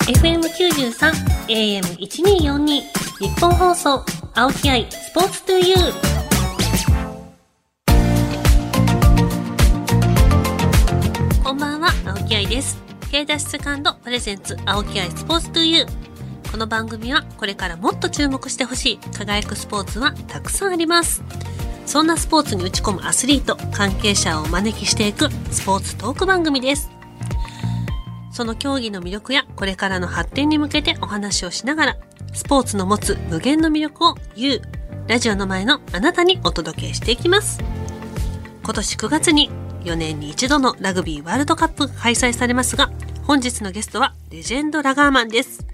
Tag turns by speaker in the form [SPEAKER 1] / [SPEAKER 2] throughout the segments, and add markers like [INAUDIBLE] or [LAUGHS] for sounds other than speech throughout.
[SPEAKER 1] FM93、AM1242、日本放送、青木愛、スポーツトゥーユー。こんばんは、青木愛です。ケイダスセカンドプレゼンツ、青木愛スポーツトゥーユー。この番組は、これからもっと注目してほしい、輝くスポーツはたくさんあります。そんなスポーツに打ち込むアスリート、関係者をお招きしていく、スポーツトーク番組です。その競技の魅力やこれからの発展に向けてお話をしながら、スポーツの持つ無限の魅力を YOU、ラジオの前のあなたにお届けしていきます。今年9月に4年に一度のラグビーワールドカップが開催されますが、本日のゲストはレジェンドラガーマンです。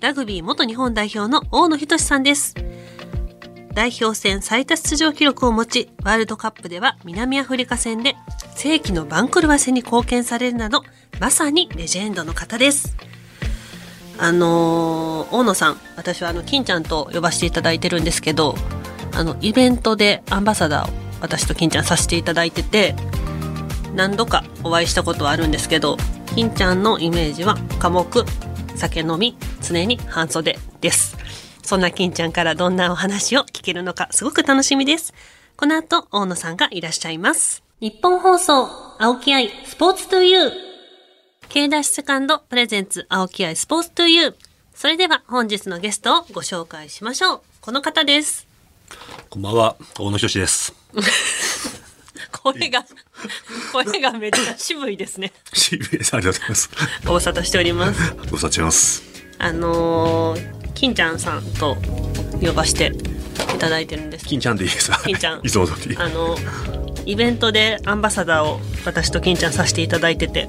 [SPEAKER 1] ラグビー元日本代表の大野仁さんです。代表戦最多出場記録を持ち、ワールドカップでは南アフリカ戦で世紀の番狂わせに貢献されるなど、まさにレジェンドの方です。あのー大野さん、私はあの、金ちゃんと呼ばせていただいてるんですけど、あの、イベントでアンバサダーを私と金ちゃんさせていただいてて、何度かお会いしたことはあるんですけど、金ちゃんのイメージは寡黙、酒飲み、常に半袖です。そんな金ちゃんからどんなお話を聞けるのかすごく楽しみです。この後、大野さんがいらっしゃいます。日本放送、青木愛、スポーツトゥユー。K ダッシュセカンドプレゼンツ青木愛スポーツトゥユー。それでは本日のゲストをご紹介しましょう。この方です。
[SPEAKER 2] こんばんは、大野仁です。
[SPEAKER 1] 声が、声がめっちゃ渋いですね。
[SPEAKER 2] CBS ありがとうございます。
[SPEAKER 1] ご無沙汰しております。
[SPEAKER 2] ご無沙汰します。
[SPEAKER 1] あのー、金ちゃんさんと呼ばしていただいてるんですけど
[SPEAKER 2] 金ちゃんでいいですか
[SPEAKER 1] 金ちゃん
[SPEAKER 2] [LAUGHS] いつも通り。
[SPEAKER 1] あのイベントでアンバサダーを私と金ちゃんさせていただいてて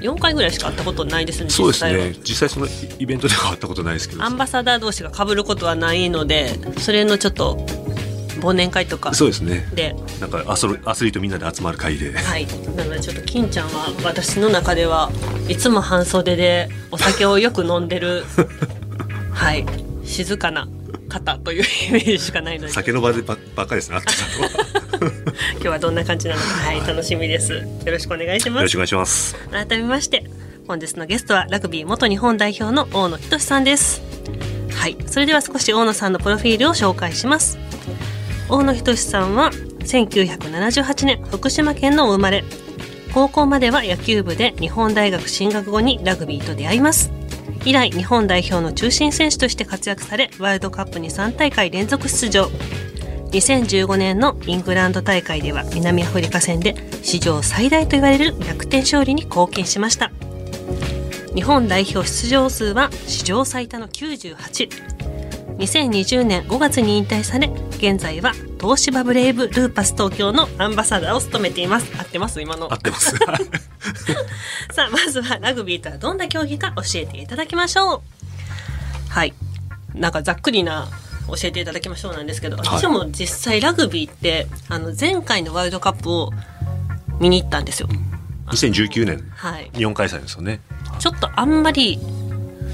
[SPEAKER 1] 4回ぐらいしか会ったことないですね
[SPEAKER 2] そうです
[SPEAKER 1] 実際は
[SPEAKER 2] ね。実際そのイベントでは会ったことないですけど
[SPEAKER 1] ア。ンバサダー同士が被ることはないのでそれのちょっと忘年会とか
[SPEAKER 2] そうですね。
[SPEAKER 1] で
[SPEAKER 2] なんかアスロアスリートみんなで集まる会で。
[SPEAKER 1] はいなのでちょっと金ちゃんは私の中ではいつも半袖でお酒をよく飲んで
[SPEAKER 2] [LAUGHS]
[SPEAKER 1] るはい静かな方というイメージしかないので
[SPEAKER 2] 酒の場でばばっかりで
[SPEAKER 1] [LAUGHS]
[SPEAKER 2] すね。会ってたのは
[SPEAKER 1] 今日はどんな感じなのかはい楽しみですよろしくお願いし
[SPEAKER 2] よ
[SPEAKER 1] ま
[SPEAKER 2] ろ
[SPEAKER 1] す
[SPEAKER 2] しくお願いします。
[SPEAKER 1] 改めまして本日のゲストはラグビー元日本代表の大野仁さんですはいそれでは少し大野さんのプロフィールを紹介します大野仁さんは1978年福島県のお生まれ高校までは野球部で日本大学進学後にラグビーと出会います以来日本代表の中心選手として活躍されワールドカップに3大会連続出場2015年のイングランド大会では南アフリカ戦で史上最大と言われる逆転勝利に貢献しました日本代表出場数は史上最多の982020年5月に引退され現在は東芝ブレイブルーパス東京のアンバサダーを務めています合ってます今の
[SPEAKER 2] 会って [LAUGHS] ます。
[SPEAKER 1] さあまずはラグビーとはどんな競技か教えていただきましょうはいなんかざっくりな教えていただきましょうなんですけど私も実際ラグビーってあの前回のワールドカップを見に行ったんですよ
[SPEAKER 2] 2019年
[SPEAKER 1] はい
[SPEAKER 2] 日本開催ですよね。
[SPEAKER 1] ちょっとあんまり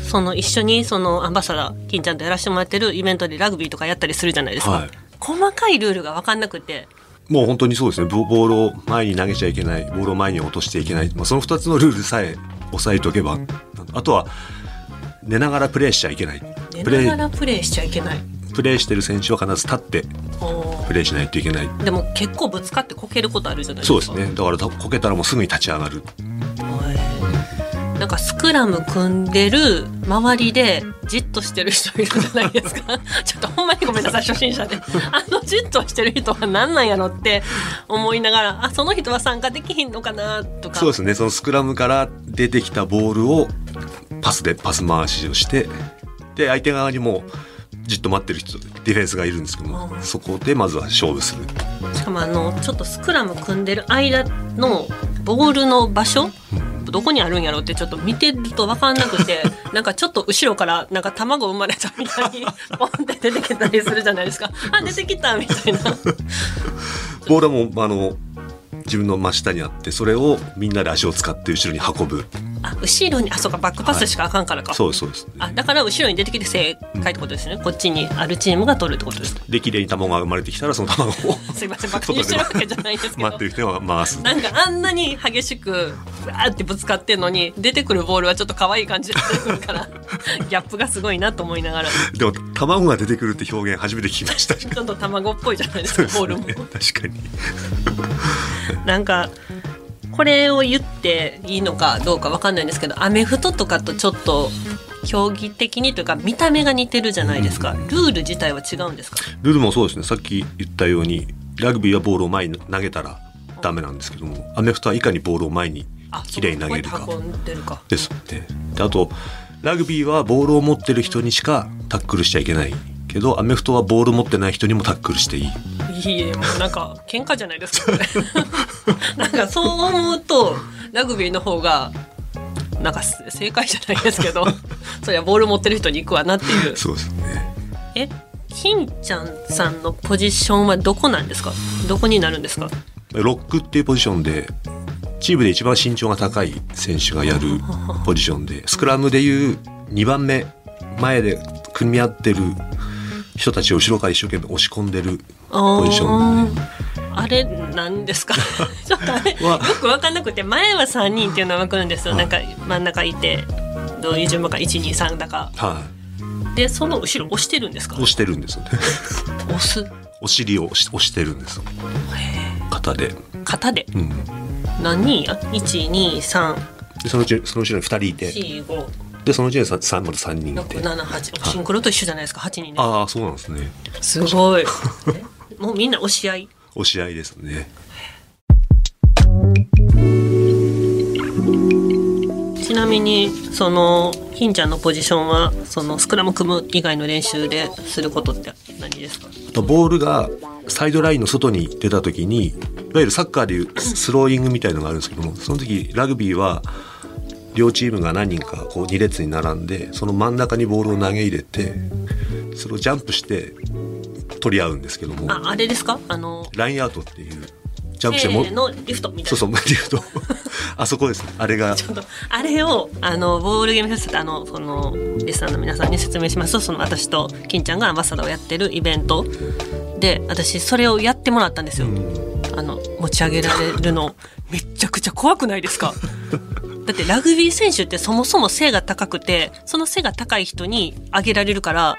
[SPEAKER 1] その一緒にそのアンバサダー金ちゃんとやらせてもらってるイベントでラグビーとかやったりするじゃないですか、
[SPEAKER 2] はい
[SPEAKER 1] 細かいルールが分かんなくて
[SPEAKER 2] もう本当にそうですね。ボボールを前に投げちゃいけない、ボールを前に落としていけない。まあその二つのルールさえ押さえておけば、あとは寝ながらプレーしちゃいけない。
[SPEAKER 1] 寝
[SPEAKER 2] プレ
[SPEAKER 1] なが
[SPEAKER 2] ー
[SPEAKER 1] らプレーしちゃいけない
[SPEAKER 2] プレーしてる選手は必ず立って
[SPEAKER 1] おー
[SPEAKER 2] プレーしないといけない。
[SPEAKER 1] でも結構ぶつかってこけることあるじゃないです
[SPEAKER 2] そう
[SPEAKER 1] か
[SPEAKER 2] ですね。だからたこけたらもうすぐに立ち上がる。
[SPEAKER 1] なんかスクラム組んでる周りでじっとしてる人いるじゃないです
[SPEAKER 2] [LAUGHS]
[SPEAKER 1] かちょっとほんまにごめんなさい初心者であのじっとしてる人は何なんやろって思いながらあその人は参加できひんのかなとか
[SPEAKER 2] そうですね。そのスクラムから出てきたボールをパスでパス回しをして、で相手側にもうじっと待ってる人ディフェンスがいるんですけども、
[SPEAKER 1] うん
[SPEAKER 2] そこでまずは勝負する。
[SPEAKER 1] しかもあのちょっとスクラム組んでる間のボールの場所どこにあるんやろうってちょっと見てると分かんなく
[SPEAKER 2] [LAUGHS]
[SPEAKER 1] てなんかちょっと後ろからなんか卵生まれたみたいにポンって出てきたりするじゃないですかあ出てきたみたいな
[SPEAKER 2] ボールはもうあの自分の真下にあってそれをみんなで足を使って後ろに運ぶ
[SPEAKER 1] あ後ろにあそうかバックパスしかあかんからか、
[SPEAKER 2] そうですそうです
[SPEAKER 1] あだから後ろに出てきて正解ってことですね、こっちにあるチームが取るってことです
[SPEAKER 2] で綺麗に卵が生まれてきたらその卵を [LAUGHS]
[SPEAKER 1] すいませんバカにしてるわけじゃないんですけど
[SPEAKER 2] 待ってる人は回す
[SPEAKER 1] なんかあんなに激しくあってぶつかってんのに出てくるボールはちょっと可愛い感じで出てくるから
[SPEAKER 2] [LAUGHS]
[SPEAKER 1] ギャップがすごいなと思いながらち
[SPEAKER 2] でも卵が出てくるって表現初めて聞きました
[SPEAKER 1] ょっと卵っぽいじゃないです
[SPEAKER 2] そ
[SPEAKER 1] か
[SPEAKER 2] うです
[SPEAKER 1] ボ
[SPEAKER 2] ね
[SPEAKER 1] ールも。
[SPEAKER 2] [LAUGHS] 確かに
[SPEAKER 1] なんかこれを言っていいのかどうかわかんないんですけどアメフトとかとちょっと競技的にというか見た目が似てるじゃないですかルール自体は違うんですか
[SPEAKER 2] ルールもそうですねさっき言ったようにラグビーはボールを前に投げたらダメなんですけどもアメフトはいかにボールを前に
[SPEAKER 1] あ
[SPEAKER 2] きれいに投げる
[SPEAKER 1] そ
[SPEAKER 2] か
[SPEAKER 1] こに運んでるか
[SPEAKER 2] ですねであとラグビーはボールを持ってる人にしかタックルしちゃいけないけどアメフトはボール持ってない人にもタックルしていい
[SPEAKER 1] いいえもうなんか喧嘩じゃないです
[SPEAKER 2] [LAUGHS]
[SPEAKER 1] かこれなんかそう思うとラグビーの方がなんか正解じゃないですけ
[SPEAKER 2] [LAUGHS]
[SPEAKER 1] どそりゃボール持ってる人に行くわなっていう
[SPEAKER 2] そうですね
[SPEAKER 1] え金ちゃんさんのポジションはどこなんですかどこになるんですか
[SPEAKER 2] ロックっていうポジションでチームで一番身長が高い選手がやるポジションでスクラムでいう2番目前で組み合ってる人たちを後ろから一生懸命押し込んでるポジションで、ね、
[SPEAKER 1] あれなんです
[SPEAKER 2] [LAUGHS]
[SPEAKER 1] かちょっとあれ
[SPEAKER 2] わ
[SPEAKER 1] よく分かんなくて前は3人っていうのは分かるんですよ、
[SPEAKER 2] は
[SPEAKER 1] な
[SPEAKER 2] い
[SPEAKER 1] んか真ん中いてどういう順番か123だか
[SPEAKER 2] は
[SPEAKER 1] でその後ろ押してるんです
[SPEAKER 2] い、
[SPEAKER 1] か
[SPEAKER 2] 押してるんですよね
[SPEAKER 1] 押す
[SPEAKER 2] お尻を押し押してるんですよ肩で,、
[SPEAKER 1] 型で
[SPEAKER 2] うん、
[SPEAKER 1] 何人や123456
[SPEAKER 2] でそのうちその後ろに2人いてでそのうちに 3, まで3人いて
[SPEAKER 1] 7 8シンクロと一緒じゃないですか8人ね
[SPEAKER 2] ああそうなんですね
[SPEAKER 1] すごいえもうみんな押し合い
[SPEAKER 2] 押し合いですね
[SPEAKER 1] ちなみにその金ちゃんのポジションはそのスクラム組む以外の練習ですることって何ですか
[SPEAKER 2] ボールがサイドラインの外に出た時にいわゆるサッカーでいうスローイングみたいのがあるんですけどもその時ラグビーは両チームが何人かこう2列に並んでその真ん中にボールを投げ入れてそれをジャンプして取り合うんですけども
[SPEAKER 1] ああれですかあの
[SPEAKER 2] ラインアウトっていうジャンプし
[SPEAKER 1] せ
[SPEAKER 2] ても
[SPEAKER 1] ーのリフトみたい
[SPEAKER 2] そう
[SPEAKER 1] な
[SPEAKER 2] そうっていうと [LAUGHS] あそこですねあれが
[SPEAKER 1] ちょっとあれをあのボールゲームフェスタあのそのリスナーの皆さんに説明しますとその私と金ちゃんがアンバサダーをやってるイベントで私それをやってもらったんですよ、あの持ち上げられるのめっちゃくちゃ怖くないですかだってラグビー選手ってそもそも背が高くてその背が高い人に上げられるから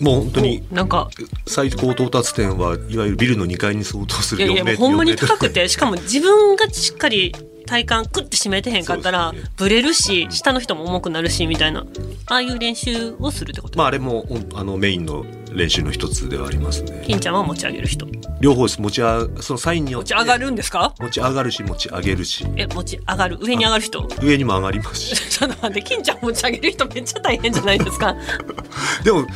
[SPEAKER 2] もう本当に
[SPEAKER 1] なんか
[SPEAKER 2] 最高到達点はいわゆるビルの2階に相当す
[SPEAKER 1] いや
[SPEAKER 2] る
[SPEAKER 1] いや
[SPEAKER 2] 4
[SPEAKER 1] も
[SPEAKER 2] メ
[SPEAKER 1] う
[SPEAKER 2] ート
[SPEAKER 1] ほ
[SPEAKER 2] ル
[SPEAKER 1] んまに高くてしかも自分がしっかり体幹クッて締めてへんかったら、
[SPEAKER 2] そうですね
[SPEAKER 1] ブレるし下の人も重くなるしみたいなああいう練習をするってこと、
[SPEAKER 2] まああれもあのメインの練習の一つではありますね
[SPEAKER 1] 金ちゃんは持ち上げる人持
[SPEAKER 2] 両方です持ちあそのサインによって
[SPEAKER 1] ち上がるんですか
[SPEAKER 2] 持ち上がるし持ち上げるし
[SPEAKER 1] え持ち上がる上に上がる人
[SPEAKER 2] 上にも上がりますし [LAUGHS]
[SPEAKER 1] ちょっと待って金ちゃん持ち上げる人めっちゃ大変じゃないですか
[SPEAKER 2] でも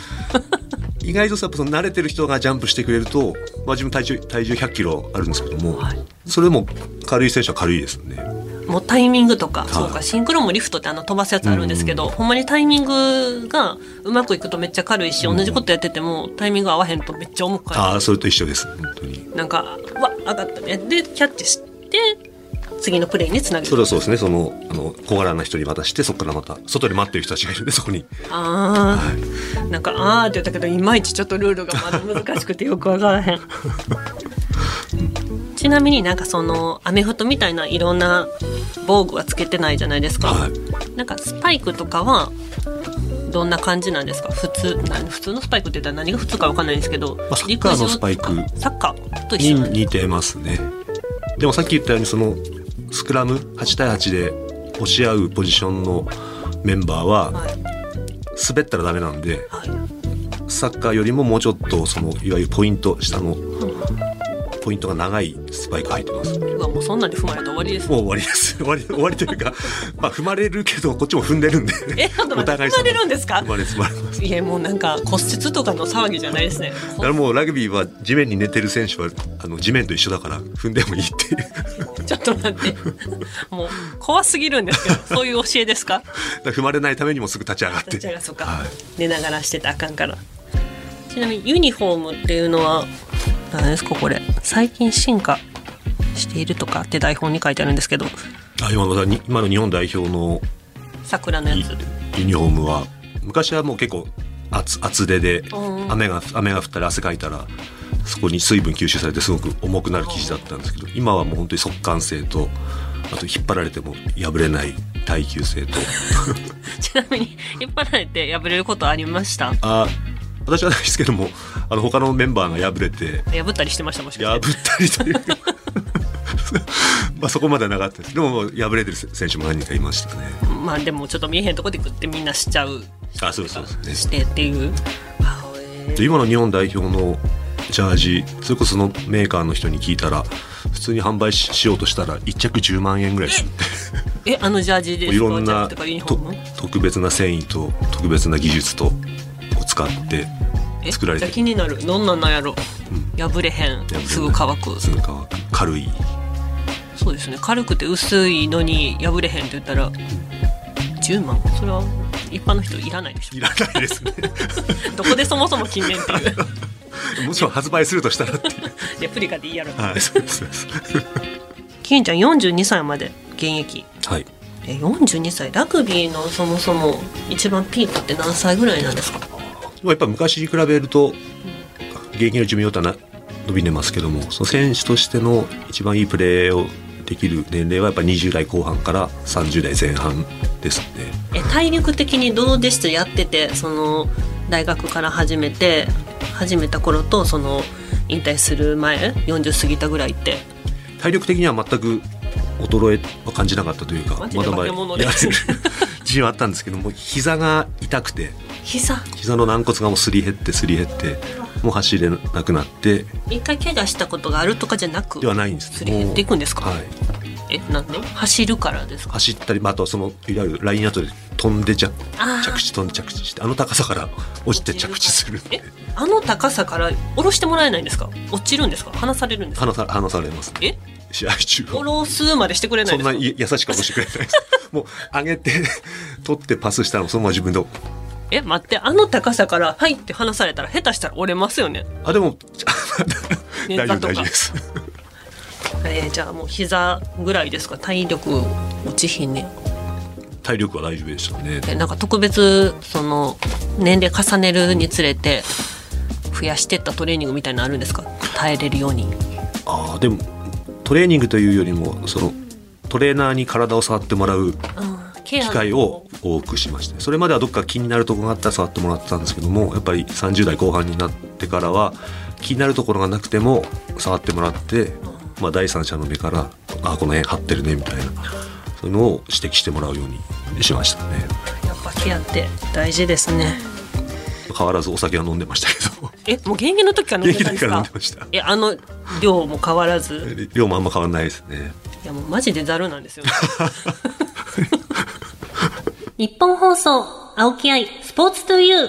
[SPEAKER 2] 意外とさやっぱその慣れてる人がジャンプしてくれると、まあ、自分体重体重100キロあるんですけども、
[SPEAKER 1] はい
[SPEAKER 2] それでも軽い選手は軽いですね
[SPEAKER 1] [LAUGHS] もうタイミングとか、そうかシンクロもリフトってあの飛ばすやつあるんですけど、ほんまにタイミングがうまくいくとめっちゃ軽いし、同じことやっててもタイミング合わへんとめっちゃ重くから
[SPEAKER 2] ああそれと一緒です本当に
[SPEAKER 1] なんかうわ上がったねでキャッチして次のプレーにつなげ
[SPEAKER 2] それ
[SPEAKER 1] る
[SPEAKER 2] はそうですねそのあの小柄な人に渡してそこからまた外で待ってる人たちがいるんでそこに
[SPEAKER 1] ああ、なんかああって言ったけどいまいちちょっとルールがまだ難しくてよくわから
[SPEAKER 2] [LAUGHS]
[SPEAKER 1] へんちなみになんかそのアメフトみたいないろんな防具はつけてないじゃないですか、
[SPEAKER 2] はい
[SPEAKER 1] なんかスパイクとかはどんな感じなんですか普通な普通のスパイクって言ったら何が普通かわかんないんですけど、
[SPEAKER 2] あサッ
[SPEAKER 1] 陸
[SPEAKER 2] カーの
[SPEAKER 1] 上とか
[SPEAKER 2] スパイク
[SPEAKER 1] サッカーと一緒
[SPEAKER 2] に
[SPEAKER 1] なんです
[SPEAKER 2] 似てますねでもさっき言ったようにそのスクラム8対8で押し合うポジションのメンバーは
[SPEAKER 1] はい
[SPEAKER 2] 滑ったらダメなんで、
[SPEAKER 1] はい
[SPEAKER 2] サッカーよりももうちょっとそのいわゆるポイント下のポイントが長いスパイク入ってますもう
[SPEAKER 1] うわもうそんなんで踏まれたら終わりです
[SPEAKER 2] 終わりです [LAUGHS] 終わり終わりというかまあ踏まれるけどこっちも踏んでるんで
[SPEAKER 1] えちょっと待って踏まれるんですか
[SPEAKER 2] 踏まれます踏まれます
[SPEAKER 1] いやもうなんか骨折とかの騒ぎじゃないですね。
[SPEAKER 2] だからもうラグビーは地面に寝てる選手はあの地面と一緒だから踏んでもいいっていう [LAUGHS] だか
[SPEAKER 1] ちょっと待
[SPEAKER 2] [LAUGHS]
[SPEAKER 1] って、もう怖すぎるんですけど、そういう教えです
[SPEAKER 2] [LAUGHS]
[SPEAKER 1] か？
[SPEAKER 2] ら踏まれないためにもすぐ立ち上がって
[SPEAKER 1] じゃあそうか、
[SPEAKER 2] はい
[SPEAKER 1] 寝ながらしてたらあかんから。ちなみにユニフォームっていうのは何ですかこれ？最近進化しているとかって台本に書いてあるんですけど、
[SPEAKER 2] あ今のに今の日本代表の
[SPEAKER 1] 桜のや
[SPEAKER 2] い
[SPEAKER 1] つ。
[SPEAKER 2] ユニフォームは昔はもう結構厚厚手で
[SPEAKER 1] うん
[SPEAKER 2] 雨が雨が降ったら汗かいたらそこに水分吸収されてすごく重くなる生地だったんですけど今はもう本当に速乾性とあと引っ張られても破れない耐久性と
[SPEAKER 1] ちなみに、引っ張られて破れることありました
[SPEAKER 2] あ私はないですけどもあの他のメンバーが破れて
[SPEAKER 1] 破ったりしてました、もしか
[SPEAKER 2] 破
[SPEAKER 1] し。
[SPEAKER 2] ってたりという [LAUGHS] まあそこまではなかったですでも破れてる選手も何人かいましたね
[SPEAKER 1] まあでもちょっと見えへんとこでグってみんなしちゃう。
[SPEAKER 2] あそうそうそうね
[SPEAKER 1] してっていう。あえー
[SPEAKER 2] で今の日本代表のジャージそれこそそのメーカーの人に聞いたら普通に販売ししようとしたら1着10万円ぐらいするって
[SPEAKER 1] え、あのジャージですか
[SPEAKER 2] いろんな
[SPEAKER 1] ジャージとかユニフォ
[SPEAKER 2] と
[SPEAKER 1] ーム
[SPEAKER 2] 特別な繊維と特別な技術とこう使って
[SPEAKER 1] え
[SPEAKER 2] 作られて
[SPEAKER 1] じゃあ気になるどんなんなんやろ、破れへん
[SPEAKER 2] 破れない
[SPEAKER 1] すぐ乾く
[SPEAKER 2] すぐ乾く軽い
[SPEAKER 1] そうですね軽くて薄いのに破れへんって言ったら10万それは一般の人いらないでし
[SPEAKER 2] [LAUGHS] いらないですね
[SPEAKER 1] ょどこでそもそも禁念っていう
[SPEAKER 2] [LAUGHS] もちろん発売するとしたらっていう
[SPEAKER 1] レプリカでいいやろ
[SPEAKER 2] はいそうですそうです
[SPEAKER 1] キンちゃん42歳まで現役
[SPEAKER 2] はい
[SPEAKER 1] え42歳ラグビーのそもそも一番ピークって何歳ぐらいなんですか
[SPEAKER 2] まあやっぱ昔に比べると現役の寿命とはな伸びてますけどもその選手としての一番いいプレーをできる年齢はやっぱ20代後半から30代前半ですね。
[SPEAKER 1] え体力的にどうでしたやっててその大学から始めて始めた頃とその引退する前40過ぎたぐらいって
[SPEAKER 2] 体力的には全く衰えは感じなかったというか
[SPEAKER 1] マジで
[SPEAKER 2] まだまだ
[SPEAKER 1] 化け物
[SPEAKER 2] や
[SPEAKER 1] で
[SPEAKER 2] れ
[SPEAKER 1] す
[SPEAKER 2] る自信はあったんですけども膝が痛くて
[SPEAKER 1] 膝
[SPEAKER 2] 膝の軟骨がもうすり減ってすり減ってもう走れなくなって
[SPEAKER 1] 一回怪我したことがあるとかじゃなく
[SPEAKER 2] ではないんです
[SPEAKER 1] すり減っていくんですか、
[SPEAKER 2] はい、
[SPEAKER 1] えなんで走るからですか
[SPEAKER 2] 走ったり、まあ、あとはそのいわゆるラインアウトで飛んで着
[SPEAKER 1] あー
[SPEAKER 2] 着地飛んで着地してあの高さから落ちて着地するって
[SPEAKER 1] えあの高さから下ろしてもらえないんですか落ちるんですか離されるんですか
[SPEAKER 2] 離さ離されます、ね、
[SPEAKER 1] え
[SPEAKER 2] 試合中
[SPEAKER 1] 下
[SPEAKER 2] は
[SPEAKER 1] ろすまでしてくれな
[SPEAKER 2] そ
[SPEAKER 1] い
[SPEAKER 2] ん
[SPEAKER 1] ですか
[SPEAKER 2] なに優しくはしてくれない
[SPEAKER 1] [LAUGHS]
[SPEAKER 2] ですもう上げて取ってパスしたらそのまま自分で
[SPEAKER 1] え待ってあの高さから「はい」って離されたら下手したら折れますよね
[SPEAKER 2] あで
[SPEAKER 1] [LAUGHS]
[SPEAKER 2] も
[SPEAKER 1] 捻
[SPEAKER 2] 大丈
[SPEAKER 1] 挫
[SPEAKER 2] 夫
[SPEAKER 1] とか
[SPEAKER 2] 大丈夫です
[SPEAKER 1] えーじゃあもう膝ぐらいですか体力落ちひんね
[SPEAKER 2] 体力は大丈夫でしたね
[SPEAKER 1] えなんか特別その年齢重ねるにつれて増やしてったトレーニングみたいなのあるんですか耐えれるように
[SPEAKER 2] あーでもトレーニングというよりもそのトレーナーに体を触ってもらう
[SPEAKER 1] うんケア
[SPEAKER 2] 機会を多くしましてそれまではどっか気になるところがあったら触ってもらってたんですけどもやっぱり30代後半になってからは気になるところがなくても触ってもらって、まあ、第三者の目から「あこの辺張ってるね」みたいなそういうのを指摘してもらうようにしましたね
[SPEAKER 1] やっぱケアって大事ですね
[SPEAKER 2] 変わらずお酒は飲んでましたけど
[SPEAKER 1] えもう現役の時から飲ん
[SPEAKER 2] 元
[SPEAKER 1] でたんで
[SPEAKER 2] 気だ
[SPEAKER 1] す
[SPEAKER 2] から飲
[SPEAKER 1] か
[SPEAKER 2] んでました
[SPEAKER 1] えあの量も変わらず
[SPEAKER 2] 量もあんま変わらないですね
[SPEAKER 1] いやもうマジでザルなんですよ、ね、日本放送青木愛スポーツトゥユー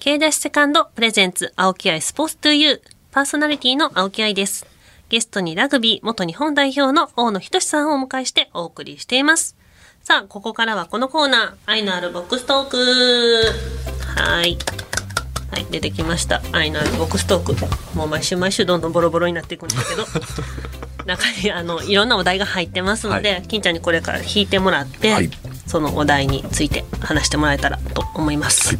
[SPEAKER 1] K ダッシュセカンドプレゼンツ青木愛スポーツトゥユーパーソナリティの青木愛ですゲストにラグビー元日本代表の大野仁さんをお迎えしてお送りしていますさあここからはこのコーナー愛のあるボックストークはいはい、出てきました。愛のあるボックストーク。もう毎週毎週どんどんボロボロになっていくんですけど、中にあのいろんなお題が入ってますので、
[SPEAKER 2] は
[SPEAKER 1] 金ちゃんにこれから引いてもらって、
[SPEAKER 2] はい
[SPEAKER 1] そのお題について話してもらえたらと思います。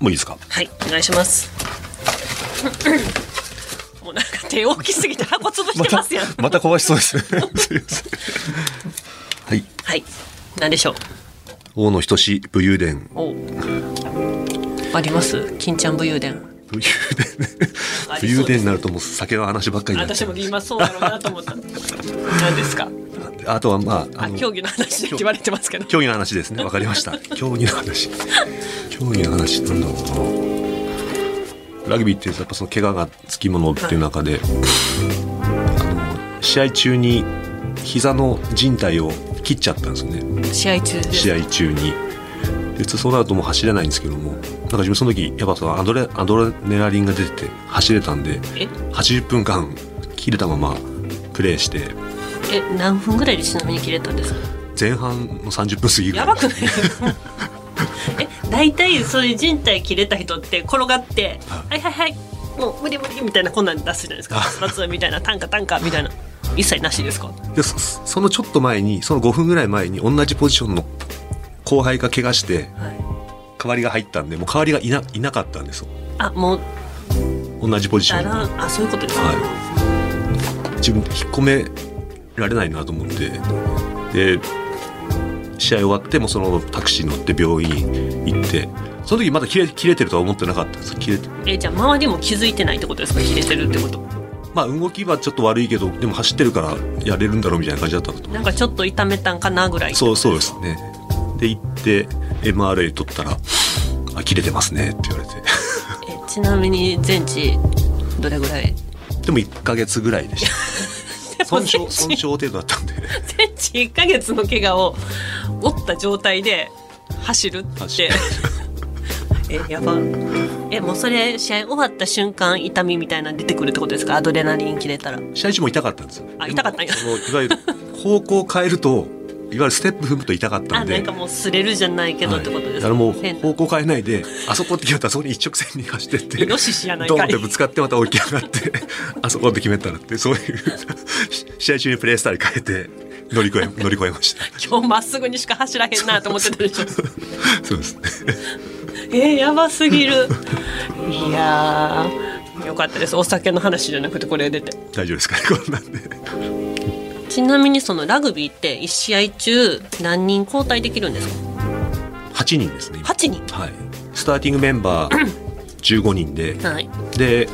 [SPEAKER 2] もういいですか
[SPEAKER 1] はい、お願いします。 [COUGHS] もうなんか手大きすぎて箱潰してますやん。
[SPEAKER 2] また壊しそう
[SPEAKER 1] [LAUGHS]
[SPEAKER 2] ですねすいませんはい
[SPEAKER 1] はい、なんでしょう。
[SPEAKER 2] 大野仁志武勇伝
[SPEAKER 1] おうあります。金ちゃん武勇伝。
[SPEAKER 2] [LAUGHS] 武勇伝ね
[SPEAKER 1] ありそうです
[SPEAKER 2] 武勇伝になるともう酒の話ばっかりになっち
[SPEAKER 1] 私
[SPEAKER 2] ゃ
[SPEAKER 1] も
[SPEAKER 2] う
[SPEAKER 1] 今そうだろうなと思 [LAUGHS] った。何ですか。
[SPEAKER 2] あとはまあ
[SPEAKER 1] あ、
[SPEAKER 2] あの
[SPEAKER 1] 競技の話で言われてますけど。
[SPEAKER 2] 競技の話ですね [LAUGHS] わかりました競技の [LAUGHS] 話競技の話なんだろうなラグビーってやっぱその怪我がつきものっていう中で、あの試合中に膝の靭帯を切っちゃったんですよね
[SPEAKER 1] 試合中です
[SPEAKER 2] 試合中に。で普通そうなるともう走れないんですけどもなんか自分その時やっぱそのアドレアドレナリンが出てて走れたんで
[SPEAKER 1] え
[SPEAKER 2] 80分間切れたままプレーして
[SPEAKER 1] え何分ぐらいでちなみに切れたんですか
[SPEAKER 2] 前半の30分過ぎぐら
[SPEAKER 1] や
[SPEAKER 2] い
[SPEAKER 1] ばくない [LAUGHS] え大体そういう人体切れた人って転がって「はいはいはいもう無理無理」みたいなこんなん出すじゃないですか「スパツ」みたいな「短歌短歌」みたいな一切なしですか
[SPEAKER 2] でそそのちょっと前にその5分ぐらい前に同じポジションの後輩が怪我して
[SPEAKER 1] はい
[SPEAKER 2] 代わりが入ったんでもう代わりがいないなかったんですよ
[SPEAKER 1] あもう
[SPEAKER 2] 同じポジショ
[SPEAKER 1] だ
[SPEAKER 2] ン
[SPEAKER 1] らあそういうことですか、
[SPEAKER 2] は自分引っ込められないなと思ってで試合終わってもうそのタクシー乗って病院行ってその時まだ切れ切れてるとは思ってなかったんです切れて
[SPEAKER 1] えじゃあ周りも気づいてないってことですか切れてるってこと
[SPEAKER 2] まあ動きはちょっと悪いけどでも走ってるからやれるんだろうみたいな感じだったんだと思う
[SPEAKER 1] なんかちょっと痛めたんかなぐらい
[SPEAKER 2] そうそうですねで行って MRA 取ったら「あ切れてますね」って言われて [LAUGHS]
[SPEAKER 1] えちなみに全治どれぐらい
[SPEAKER 2] でも1ヶ月ぐらいでした損
[SPEAKER 1] [LAUGHS]
[SPEAKER 2] 傷
[SPEAKER 1] でも
[SPEAKER 2] 損傷程度だった
[SPEAKER 1] [LAUGHS]
[SPEAKER 2] んで
[SPEAKER 1] 全治1ヶ月の怪我 [LAUGHS] を負った状態で走るっ
[SPEAKER 2] 走
[SPEAKER 1] て
[SPEAKER 2] る
[SPEAKER 1] えやばえもうそれ試合終わった瞬間痛みみたいなの出てくるってことですかアドレナリン切れたら
[SPEAKER 2] 試合中も痛かったんです
[SPEAKER 1] あ痛かったんや
[SPEAKER 2] そのいわゆる方向を変えるといわゆるステップ踏むと痛かった
[SPEAKER 1] あ
[SPEAKER 2] んで
[SPEAKER 1] なんかもう擦れるじゃないけどってことですか、
[SPEAKER 2] はい、もう
[SPEAKER 1] 変な
[SPEAKER 2] 方向変えないであそこって決めたらそこに一直線に走ってって
[SPEAKER 1] イノシシやないか
[SPEAKER 2] ド
[SPEAKER 1] い
[SPEAKER 2] ンってぶつかってまた起き上がって
[SPEAKER 1] [LAUGHS]
[SPEAKER 2] あそこって決めたらってそういう試合中にプレースタイル変えて乗り越
[SPEAKER 1] [LAUGHS]
[SPEAKER 2] え乗り越えました [LAUGHS]
[SPEAKER 1] 今日まっすぐにしか走らへんなと思ってたでしょ [LAUGHS]
[SPEAKER 2] そうですね
[SPEAKER 1] えー、やばすぎるいやーよかったですお酒の話じゃなくてこれ出て
[SPEAKER 2] 大丈夫ですかねこんなんで
[SPEAKER 1] ちなみにそのラグビーって1試合中何人交代できるんですか
[SPEAKER 2] 8人ですね今
[SPEAKER 1] 8人
[SPEAKER 2] はいスターティングメンバー15人で
[SPEAKER 1] はい
[SPEAKER 2] で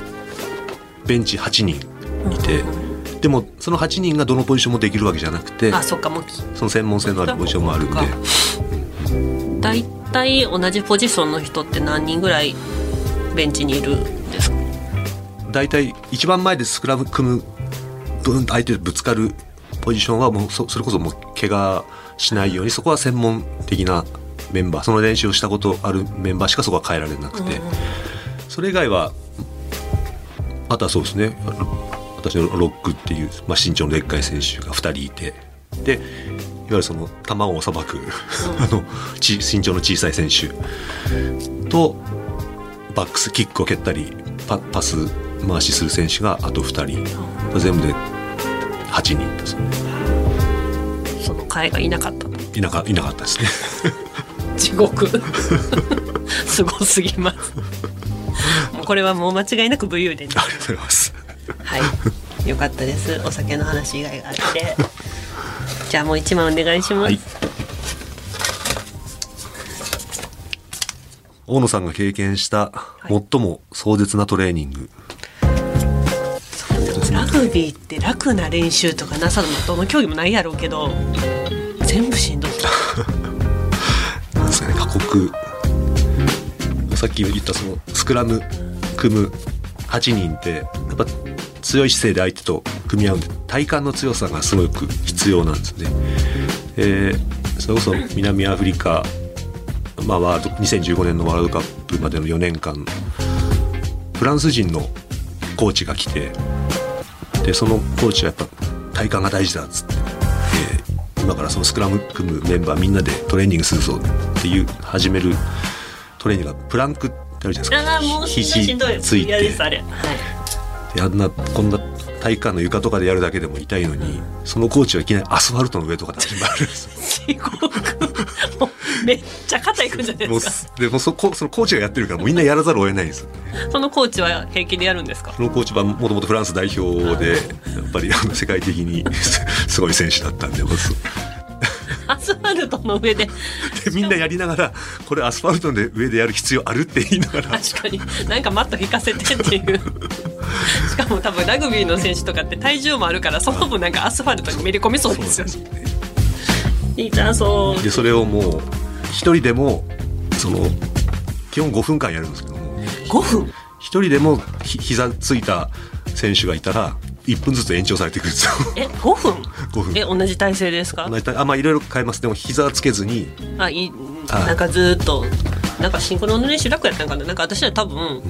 [SPEAKER 2] ベンチ8人いてでもその8人がどのポジションもできるわけじゃなくて
[SPEAKER 1] あそっかもうき
[SPEAKER 2] その専門性のあるポジションもあるんで
[SPEAKER 1] そっか大体同じポジションの人って何人ぐらいベンチにいるんですか
[SPEAKER 2] 大体一番前でスクラム組むドンと相手でぶつかるポジションはもうそそれこそもう怪我しないようにそこは専門的なメンバーその練習をしたことあるメンバーしかそこは変えられなくて、それ以外はあとはそうですねあの私のロックっていう、まあ、身長のでっかい選手が2人いてでいわゆるその球をさばく [LAUGHS] あのち身長の小さい選手とバックスキックを蹴ったりパパス回しする選手があと2人全部で8人ですね
[SPEAKER 1] その会がいなかった
[SPEAKER 2] いなかいなかった [LAUGHS] ですね
[SPEAKER 1] 地獄すごすぎますもうこれはもう間違いなく武勇伝です
[SPEAKER 2] ありがとうございます
[SPEAKER 1] はい。よかったです。お酒の話以外があって。じゃあもう一枚お願いします。
[SPEAKER 2] はい大野さんが経験した
[SPEAKER 1] い
[SPEAKER 2] 最も壮絶なトレーニング、
[SPEAKER 1] そうでもラグビーって楽な練習とかなさるのどの競技もないやろうけど、全部しんどい。
[SPEAKER 2] なんですかね過酷さっき言ったそのスクラム組む8人ってやっぱ強い姿勢で相手と組み合うんで体幹の強さがすごく必要なんですね。えーそれこそ南アフリカ、まあ、ワールド2015年のワールドカップまでの4年間フランス人のコーチが来てでそのコーチはやっぱ体幹が大事だっつってえー今からそのスクラム組むメンバーみんなでトレーニングするぞっていう始めるトレーニングがプランクってあるじゃないですか
[SPEAKER 1] ああ、もうしんどいしんどい。
[SPEAKER 2] つい
[SPEAKER 1] 嫌で
[SPEAKER 2] て
[SPEAKER 1] す、あれ。はい。
[SPEAKER 2] であんなこんな体育館の床とかでやるだけでも痛いのにそのコーチはいきなりアスファルトの上とかで始まるんですよ
[SPEAKER 1] 地獄。もうめっちゃ肩いくんじゃない
[SPEAKER 2] も
[SPEAKER 1] で
[SPEAKER 2] う
[SPEAKER 1] すか。
[SPEAKER 2] すでもうそこそのコーチがやってるからもうみんなやらざるを得ないんですよ
[SPEAKER 1] そのコーチは平気でやるんです [LAUGHS] か
[SPEAKER 2] そのコーチはもともとフランス代表でやっぱりあの世界的に [LAUGHS] すごい選手だったんでもうそう
[SPEAKER 1] アスファルトの上で。
[SPEAKER 2] でみんなやりながらこれアスファルトの上でやる必要あるって言いながら
[SPEAKER 1] 確かになんかマット引かせてっていうしかも多分ラグビーの選手とかって体重もあるからその分なんかアスファルトにめり込み [LAUGHS] そうですよねいいじゃんそう
[SPEAKER 2] でそれをもう一人でもその基本5分間やるんですけども
[SPEAKER 1] 5分
[SPEAKER 2] 一人でもひ膝ついた選手がいたら1分ずつ延長されていくんですよ [LAUGHS]
[SPEAKER 1] え5分
[SPEAKER 2] 5分
[SPEAKER 1] え同じ体勢ですか
[SPEAKER 2] 同じあまあいろいろ変えますでも膝はつけずに
[SPEAKER 1] あいい
[SPEAKER 2] はい
[SPEAKER 1] なんかずーっとなんかシンクロの練習楽やったんかななんか私は多分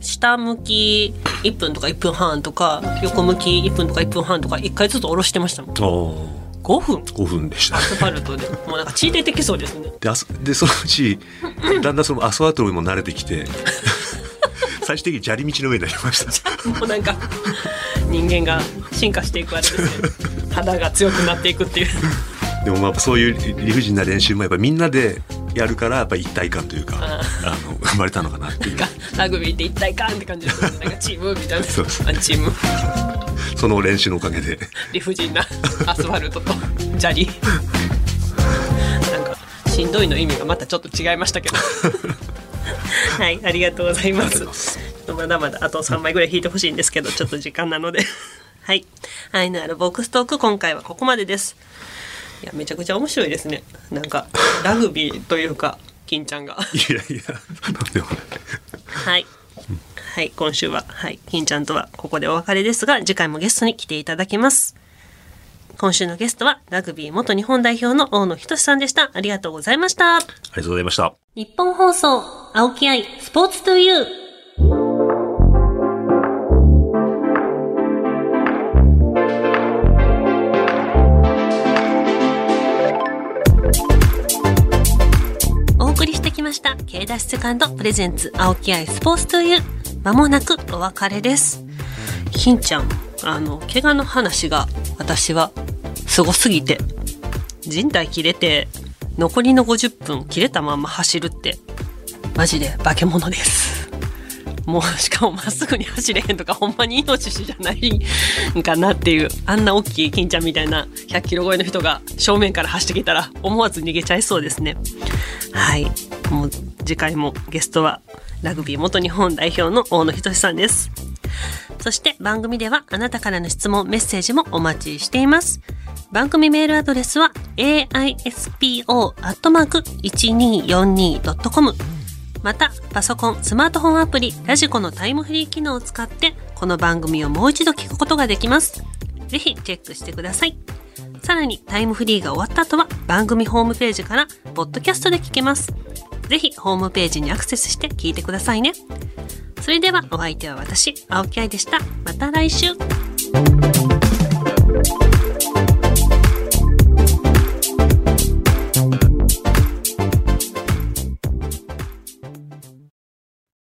[SPEAKER 1] 下向き1分とか1分半とか横向き1分とか1分半とか1回ずつ下ろしてましたもん
[SPEAKER 2] 5
[SPEAKER 1] 5分
[SPEAKER 2] 分でした
[SPEAKER 1] アスファルトでもうなんか血出てきそうですね
[SPEAKER 2] であそでそのうちだんだんそのアスファルトにも慣れてき [LAUGHS] て
[SPEAKER 1] [LAUGHS]
[SPEAKER 2] 最終的に砂利道の上になりました [LAUGHS]
[SPEAKER 1] もうなんか人間が進化していくあれですよ
[SPEAKER 2] [LAUGHS]
[SPEAKER 1] 肌が強くなっていくっていう
[SPEAKER 2] でもまあそういう理不尽な練習もやっぱみんなでやるからやっぱ一体感というか
[SPEAKER 1] あ
[SPEAKER 2] あの生まれたのかなっていう
[SPEAKER 1] がラグビーって一体感って感じですよねなんかチームみたいな
[SPEAKER 2] そうそう
[SPEAKER 1] あチーム
[SPEAKER 2] その練習のおかげで [LAUGHS]
[SPEAKER 1] 理不尽な [LAUGHS] アスファルトと砂利なんかしんどいの意味がまたちょっと違いま [LAUGHS] したけどはいありがとうございますまだまだあと3枚ぐらい引いてほしいんですけどちょっと時間なので [LAUGHS] はい愛のあるボックストーク今回はここまでですいやめちゃくちゃ面白いですねなんかラグビーというか金ちゃんが
[SPEAKER 2] いやいやなんでもない
[SPEAKER 1] はい。はい、今週は、はい、金ちゃんとはここでお別れですが、次回もゲストに来ていただきます。今週のゲストは、ラグビー元日本代表の大野仁さんでした。ありがとうございました。
[SPEAKER 2] ありがとうございました
[SPEAKER 3] 日本放送、青木愛、スポーツトゥーユー。お送りしてきました、K ダッシュセカンドプレゼンツ、青木愛、スポーツトゥーユー。まもなくお別れです。
[SPEAKER 1] 金ちゃん、あの、怪我の話が、私は、すごすぎて、人体切れて、残りの50分切れたまんま走るって、マジで化け物です。もうしかもまっすぐに走れへんとかほんまにイノシシじゃないんかなっていうあんな大きい金ちゃんみたいな100キロ超えの人が正面から走ってきたら思わず逃げちゃいそうですねはいもう次回もゲストはラグビー元日本代表の大野仁さんです
[SPEAKER 3] そして番組ではあなたからの質問、メッセージもお待ちしています。番組メールアドレスは aispo.1242.com また、パソコン、スマートフォンアプリ、ラジコのタイムフリー機能を使って、この番組をもう一度聞くことができます。ぜひチェックしてください。さらに、タイムフリーが終わった後は、番組ホームページから、ポッドキャストで聞けます。ぜひ、ホームページにアクセスして聞いてくださいね。それではお相手は私青木愛でしたまた来週